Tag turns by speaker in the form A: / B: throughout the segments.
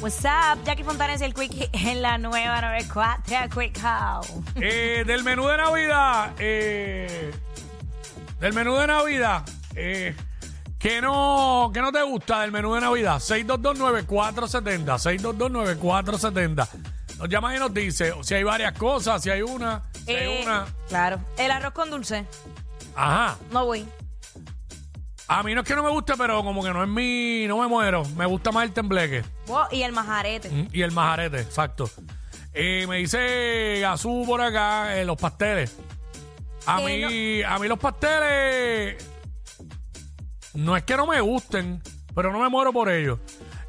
A: What's up, Jackie Fontanes y el Quick Hit en la nueva 94 Quick How.
B: Eh, del menú de Navidad, eh, del menú de Navidad, eh, ¿qué, no, qué no te gusta del menú de Navidad? 6229470, 6229470. Nos llama y nos dice si hay varias cosas, si hay una, si hay
A: Eh,
B: una.
A: Claro. El arroz con dulce.
B: Ajá.
A: No voy.
B: A mí no es que no me guste, pero como que no es mi, no me muero. Me gusta más el tembleque.
A: Wow, y el majarete.
B: Mm, Y el majarete, exacto. Eh, me dice Gazú por acá, eh, los pasteles. A
A: Que
B: mí, a mí los pasteles no es que no me gusten, pero no me muero por ellos.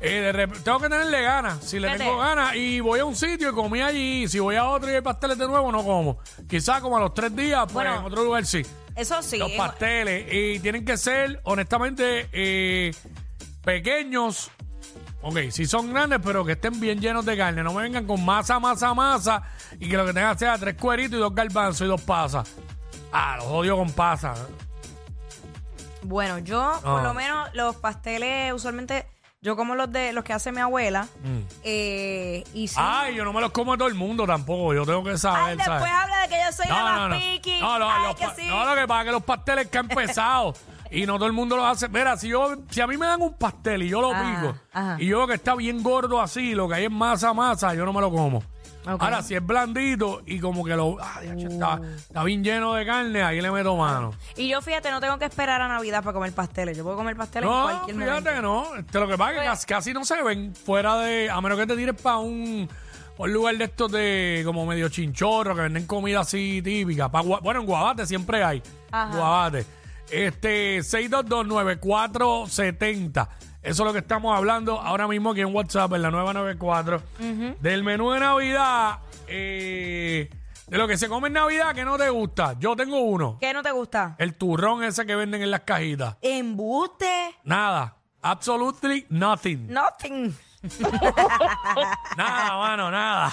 B: Eh, de rep- tengo que tenerle ganas. Si le
A: Fíjate.
B: tengo ganas y voy a un sitio y comí allí, y si voy a otro y hay pasteles de nuevo, no como. Quizás como a los tres días, pues
A: Bueno,
B: en otro lugar sí.
A: Eso sí.
B: Los
A: es-
B: pasteles. Y tienen que ser, honestamente, eh, pequeños. Ok, si son grandes, pero que estén bien llenos de carne. No me vengan con masa, masa, masa. Y que lo que tengan sea tres cueritos y dos garbanzos y dos pasas. Ah, los odio con pasas.
A: Bueno, yo por
B: Ah.
A: lo menos los pasteles usualmente yo como los de los que hace mi abuela.
B: Mm.
A: Eh, y sí.
B: Ay, yo no me los como a todo el mundo tampoco. Yo tengo que
A: Ay,
B: saber,
A: después
B: ¿sabes?
A: habla de que yo soy la más
B: no, no.
A: piqui.
B: No, no,
A: Ay,
B: los
A: que
B: pa-
A: sí.
B: no, lo que pasa es que los pasteles que han pesado y no todo el mundo los hace. Mira, si yo, si a mí me dan un pastel y yo lo
A: Ajá,
B: pico
A: Ah, ajá.
B: y yo veo que está bien gordo así, lo que hay es masa, masa, yo no me lo como.
A: Ok. Uh.
B: Ahora, si es blandito y como que lo. ah, diache, está, está bien lleno de carne, ahí le meto mano.
A: Y yo fíjate, no tengo que esperar a Navidad para comer pasteles. Yo puedo comer pasteles en
B: No,
A: cualquier momento. Pues
B: fíjate que no. Este, lo que pasa es que casi, casi no se ven fuera de. A menos que te tires para un, un lugar de estos de como medio chinchorro, que venden comida así típica. Pa' Gua- bueno, en Guabate siempre hay.
A: Ajá.
B: Guabate. Este, 6229470. Eso es lo que estamos hablando ahora mismo aquí en WhatsApp, en la nueva 94. Del menú de Navidad. eh, de lo que se come en Navidad que no te gusta. Yo tengo uno.
A: ¿Qué no te gusta?
B: El turrón ese que venden en las cajitas.
A: Embuste.
B: Nada. Absolutely nothing.
A: Nothing.
B: Nada, mano, nada.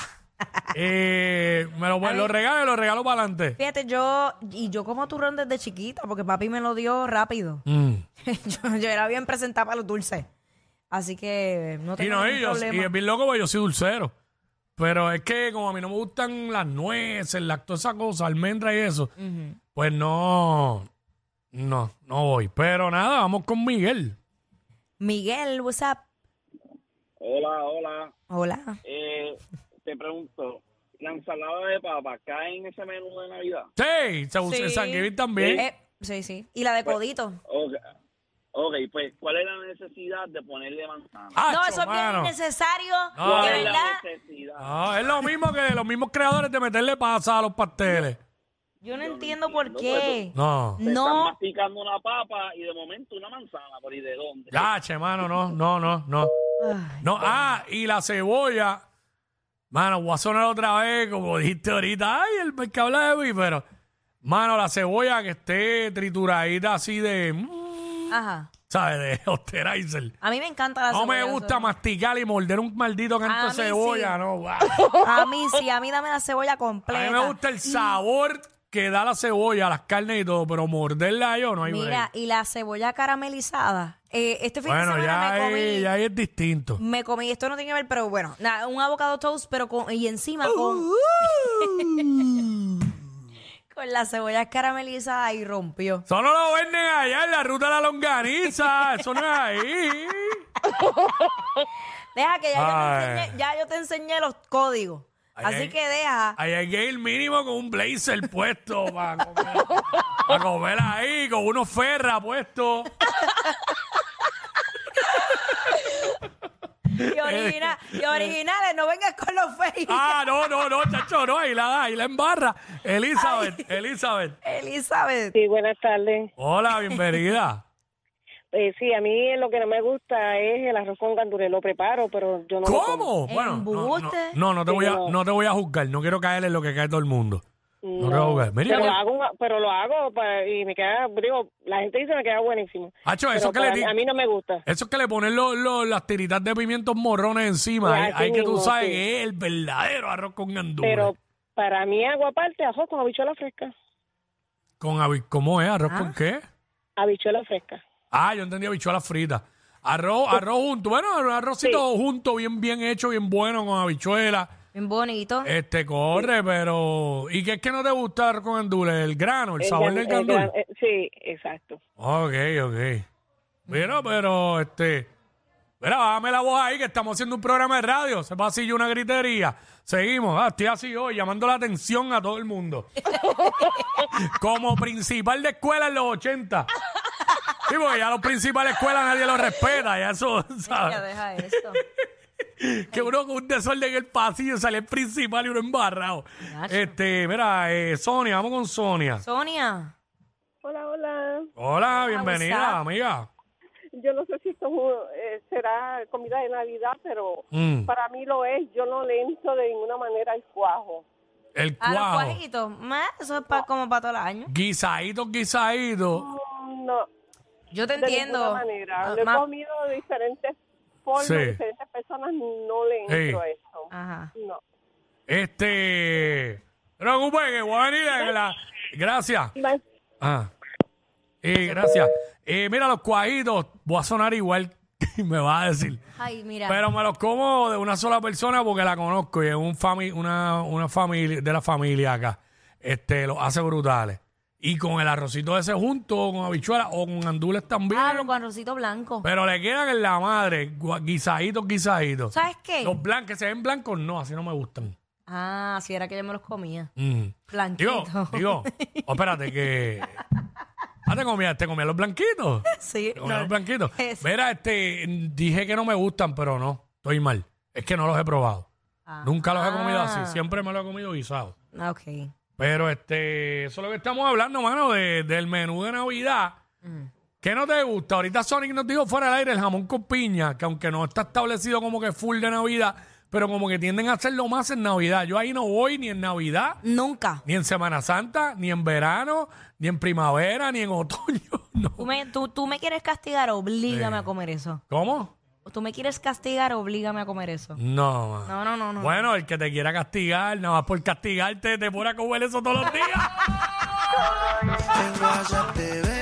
B: Eh, me lo, lo regalo y lo regalo para adelante.
A: Fíjate, yo, y yo como turrón desde chiquita, porque papi me lo dio rápido.
B: Mm.
A: yo, yo era bien presentada para los dulces. Así que no
B: Y
A: tengo
B: no,
A: ningún
B: y, yo- y
A: problema.
B: es bien loco porque yo soy dulcero. Pero es que como a mí no me gustan las nueces, la, toda esa cosa, almendra y eso, pues no, no, no voy. Pero nada, vamos con Miguel.
A: Miguel, what's up?
C: Hola, hola.
A: Hola.
C: Eh, te pregunto, ¿la ensalada de papa cae en ese menú de Navidad?
B: Sí, se usa
A: Sí.
B: el sanguivir también.
A: Eh, sí, sí. Y la de codito.
C: Ok, okay pues, ¿cuál es la necesidad de ponerle manzana?
B: Hacho,
A: No, eso es bien
B: Ah, mano.
A: innecesario.
B: No,
A: de
C: ¿Cuál es
A: verdad.
C: la necesidad?
B: No, es lo mismo que los mismos creadores de meterle pasa a los pasteles.
A: Yo no entiendo por qué.
B: No.
C: Te Están
A: No.
C: masticando una papa y de momento una manzana, por ahí de dónde.
B: Ya, che, mano, no, no, no, no.
A: Ay,
B: No, ah, y la cebolla. Mano, voy a sonar otra vez, como dijiste ahorita. Ay, el que habla de mí, pero. Mano, la cebolla que esté trituradita así de. mm,
A: Ajá.
B: ¿Sabes? De Osterizer.
A: A mí me encanta la
B: No me
A: cebolla,
B: gusta
A: sobre-
B: masticar y morder un maldito
A: A
B: canto de
A: mí
B: cebolla,
A: sí.
B: no. guau.
A: A mí sí, a mí dame la cebolla
B: A
A: completa. Mm.
B: mí me gusta el sabor que da la cebolla, las carnes y todo, pero morderla yo no hay
A: Mira, y la cebolla caramelizada. Eh, este fin
B: break. Bueno,
A: de semana
B: ya
A: me comí.
B: ahí, ya ahí es distinto.
A: Me comí, esto no tiene que ver, pero bueno, nada, un avocado toast, pero con, y encima
B: ¡Uh!
A: con, con la cebolla caramelizada y rompió.
B: Eso no lo venden allá en la ruta de la longaniza. Eso no es ahí.
A: Deja que ya, yo
B: Ay.
A: te enseñé, ya yo te enseñé los códigos.
B: Ay,
A: Así
B: ay.
A: que deja.
B: Ahí hay que ir mínimo con un blazer puesto para comer, pa' comer ahí, con unos ferra puestos.
A: Y, origina- y originales, no vengas con los feos.
B: Ah, no, no, no, chacho, no, ahí la, ahí la embarra. Elizabeth, Elizabeth.
A: Elizabeth.
D: Sí, buenas tardes.
B: Hola, bienvenida.
D: Eh, sí, a mí lo que no me gusta es el arroz con gandules. Lo preparo, pero yo no lo como.
B: ¿Cómo? Bueno, no, no,
A: Embuste.
B: no, no te voy a, no te voy a juzgar. No quiero caer en lo que cae todo el mundo. No, te voy a juzgar. Mira,
D: Pero lo
B: que-
D: hago, pero lo hago para- y me queda, digo, la gente dice me queda buenísimo.
B: Hacho, Ah, eso
D: Pero
B: que le
D: para-
B: di-
D: A mí no me gusta.
B: Eso es que le ponen los- los- las tiritas de pimientos morrones encima.
D: Ya,
B: Hay,
D: así
B: hay que tú
D: mismo,
B: sabes
D: sí.
B: que es el verdadero arroz con gandules.
D: Pero para mí hago aparte arroz con habichuela fresca.
B: Con habi- ¿Cómo es? ¿Arroz con qué?
D: Ah. Habichuela fresca.
B: Ah, yo entendí habichuelas fritas. Arroz,
D: Pues
B: arroz junto. Bueno, un arrocito junto, bien, bien hecho, bien bueno, con habichuela.
D: Ah.
A: Bien bonito.
B: Este corre, pero. ¿Y qué es que no te gusta arroz con gandules? ¿El grano? ¿El, sabor
D: gan-
B: del
D: el
B: gandul?
D: gan- eh, sí, exacto.
B: Ok, ok. Mira, pero este. Mira, bájame la voz ahí que estamos haciendo un programa de radio. Se pasillo una gritería. Seguimos. Ah, estoy así hoy, llamando la atención a todo el mundo. Como principal de escuela en los 80. Sí, porque ya los principales de escuela nadie los respeta. Ya eso,
A: Ya
B: ¿sabes?
A: deja esto.
B: Que uno con un desorden en el pasillo sale el principal y uno embarrado.
A: Nacho.
B: Este, mira, eh, Sonia, vamos con Sonia.
A: Sonia.
D: Hola, hola.
B: Hola,
A: what's
B: bienvenida,
A: up?
B: amiga.
D: Yo no sé si esto eh, será comida de Navidad, pero
B: Mm.
D: para mí lo es. Yo no le entro de ninguna manera al cuajo.
B: El
A: A los
B: cuajo.
A: cuajitos. Ma, Eso es pa- como para todo el año.
B: Guisaditos, guisaditos.
D: No,
A: Yo te
D: de ninguna
A: entiendo.
D: manera.
A: Ah,
D: Lo he
A: ma-
D: comido de diferentes formas,
B: Sí.
D: diferentes personas, no le entro
B: Sí.
D: a eso.
A: Ajá.
D: No.
B: Este. No me preocupes, que voy a venir en la- Gracias.
D: Más-
B: Ah. Eh, gracias. Eh, mira, los cuajitos. Voy a sonar igual que me vas a decir.
A: Ay, mira.
B: Pero me los como de una sola persona porque la conozco y es un fami- una, una familia de la familia acá. Este, los hace brutales. Y con el arrocito ese junto, con habichuelas o con andules también.
A: ah, los arrocito blanco.
B: Pero le quedan en la madre, gua- guisaditos, guisaditos.
A: ¿Sabes qué?
B: Los blancos, que se ven blancos, no, así no me gustan.
A: Ah, si era que yo me los comía.
B: Mm. Digo,
A: Blanquito.
B: digo, oh, espérate que... Ah, te comía, te comía los blanquitos.
A: sí.
B: Te comía
A: no.
B: los blanquitos.
A: Es-
B: Mira, este, dije que no me gustan, pero no, estoy mal. Es que no los he probado.
A: Ah.
B: Nunca los he comido así, siempre me los he comido guisado.
A: Ah, ok.
B: Pero este, eso es lo que estamos hablando, mano, de- del menú de Navidad.
A: Mm.
B: ¿Qué no te gusta? Ahorita Sonic nos dijo fuera del aire el jamón con piña, que aunque no está establecido como que full de Navidad, pero como que tienden a hacerlo más en Navidad. Yo ahí no voy ni en Navidad,
A: Nunca.
B: ni en Semana Santa, ni en verano, ni en primavera, ni en otoño. no.
A: Tú me, tú, tú me quieres castigar, oblígame
B: Sí.
A: a comer eso.
B: ¿Cómo?
A: Tú me quieres castigar, oblígame a comer eso.
B: No, man.
A: No, no, no, no.
B: Bueno, el que te quiera castigar, nada más por castigarte, te pone a comer eso todos los días.
E: Tengo a esa bebé